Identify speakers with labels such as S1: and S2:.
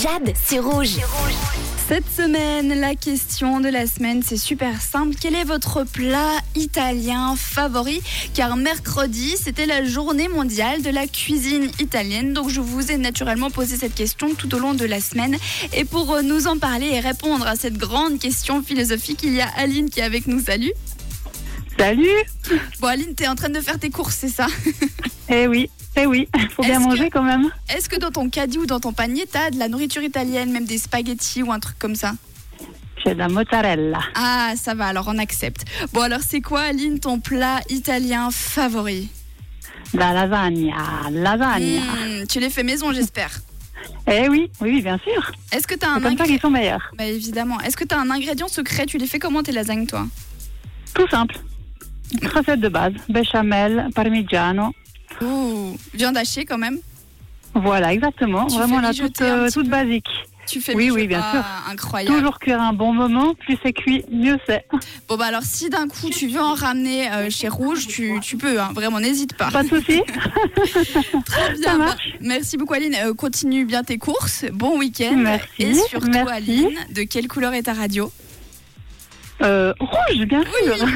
S1: Jade, c'est rouge.
S2: Cette semaine, la question de la semaine, c'est super simple. Quel est votre plat italien favori Car mercredi, c'était la journée mondiale de la cuisine italienne. Donc je vous ai naturellement posé cette question tout au long de la semaine. Et pour euh, nous en parler et répondre à cette grande question philosophique, il y a Aline qui est avec nous. Salut
S3: Salut
S2: Bon Aline, t'es en train de faire tes courses, c'est ça
S3: Eh oui, eh oui, faut bien
S2: Est-ce que-
S3: manger quand même.
S2: Est-ce que dans ton caddie ou dans ton panier, t'as de la nourriture italienne, même des spaghettis ou un truc comme ça
S3: J'ai de la mozzarella.
S2: Ah, ça va, alors on accepte. Bon, alors c'est quoi, Aline, ton plat italien favori
S3: de La lasagna, lasagna.
S2: Hmm, Tu les fais maison, j'espère.
S3: Eh oui, oui, bien sûr.
S2: Est-ce que t'as
S3: C'est
S2: un
S3: comme ça
S2: ingré-
S3: qu'ils sont meilleurs.
S2: Bah évidemment. Est-ce que t'as un ingrédient secret Tu les fais comment tes lasagnes, toi
S3: Tout simple.
S2: Mm.
S3: Recette de base, béchamel, parmigiano.
S2: Ouh, viande hachée quand même.
S3: Voilà, exactement.
S2: Tu
S3: Vraiment
S2: fais
S3: là, toute,
S2: mijoter un
S3: euh,
S2: petit
S3: toute
S2: peu.
S3: basique.
S2: Tu fais
S3: Oui,
S2: mijoter-
S3: oui, bien
S2: Ah, Incroyable.
S3: Toujours cuire un bon moment, plus c'est cuit, mieux c'est.
S2: Bon, bah alors si d'un coup tu veux en ramener euh, chez Rouge, tu, tu peux, hein, vraiment, n'hésite pas.
S3: Pas de souci.
S2: Très bien. bah,
S3: Ça marche.
S2: merci beaucoup, Aline. Euh, continue bien tes courses. Bon week-end.
S3: Merci,
S2: Et surtout,
S3: merci.
S2: Aline, de quelle couleur est ta radio
S3: Euh, rouge, bien sûr.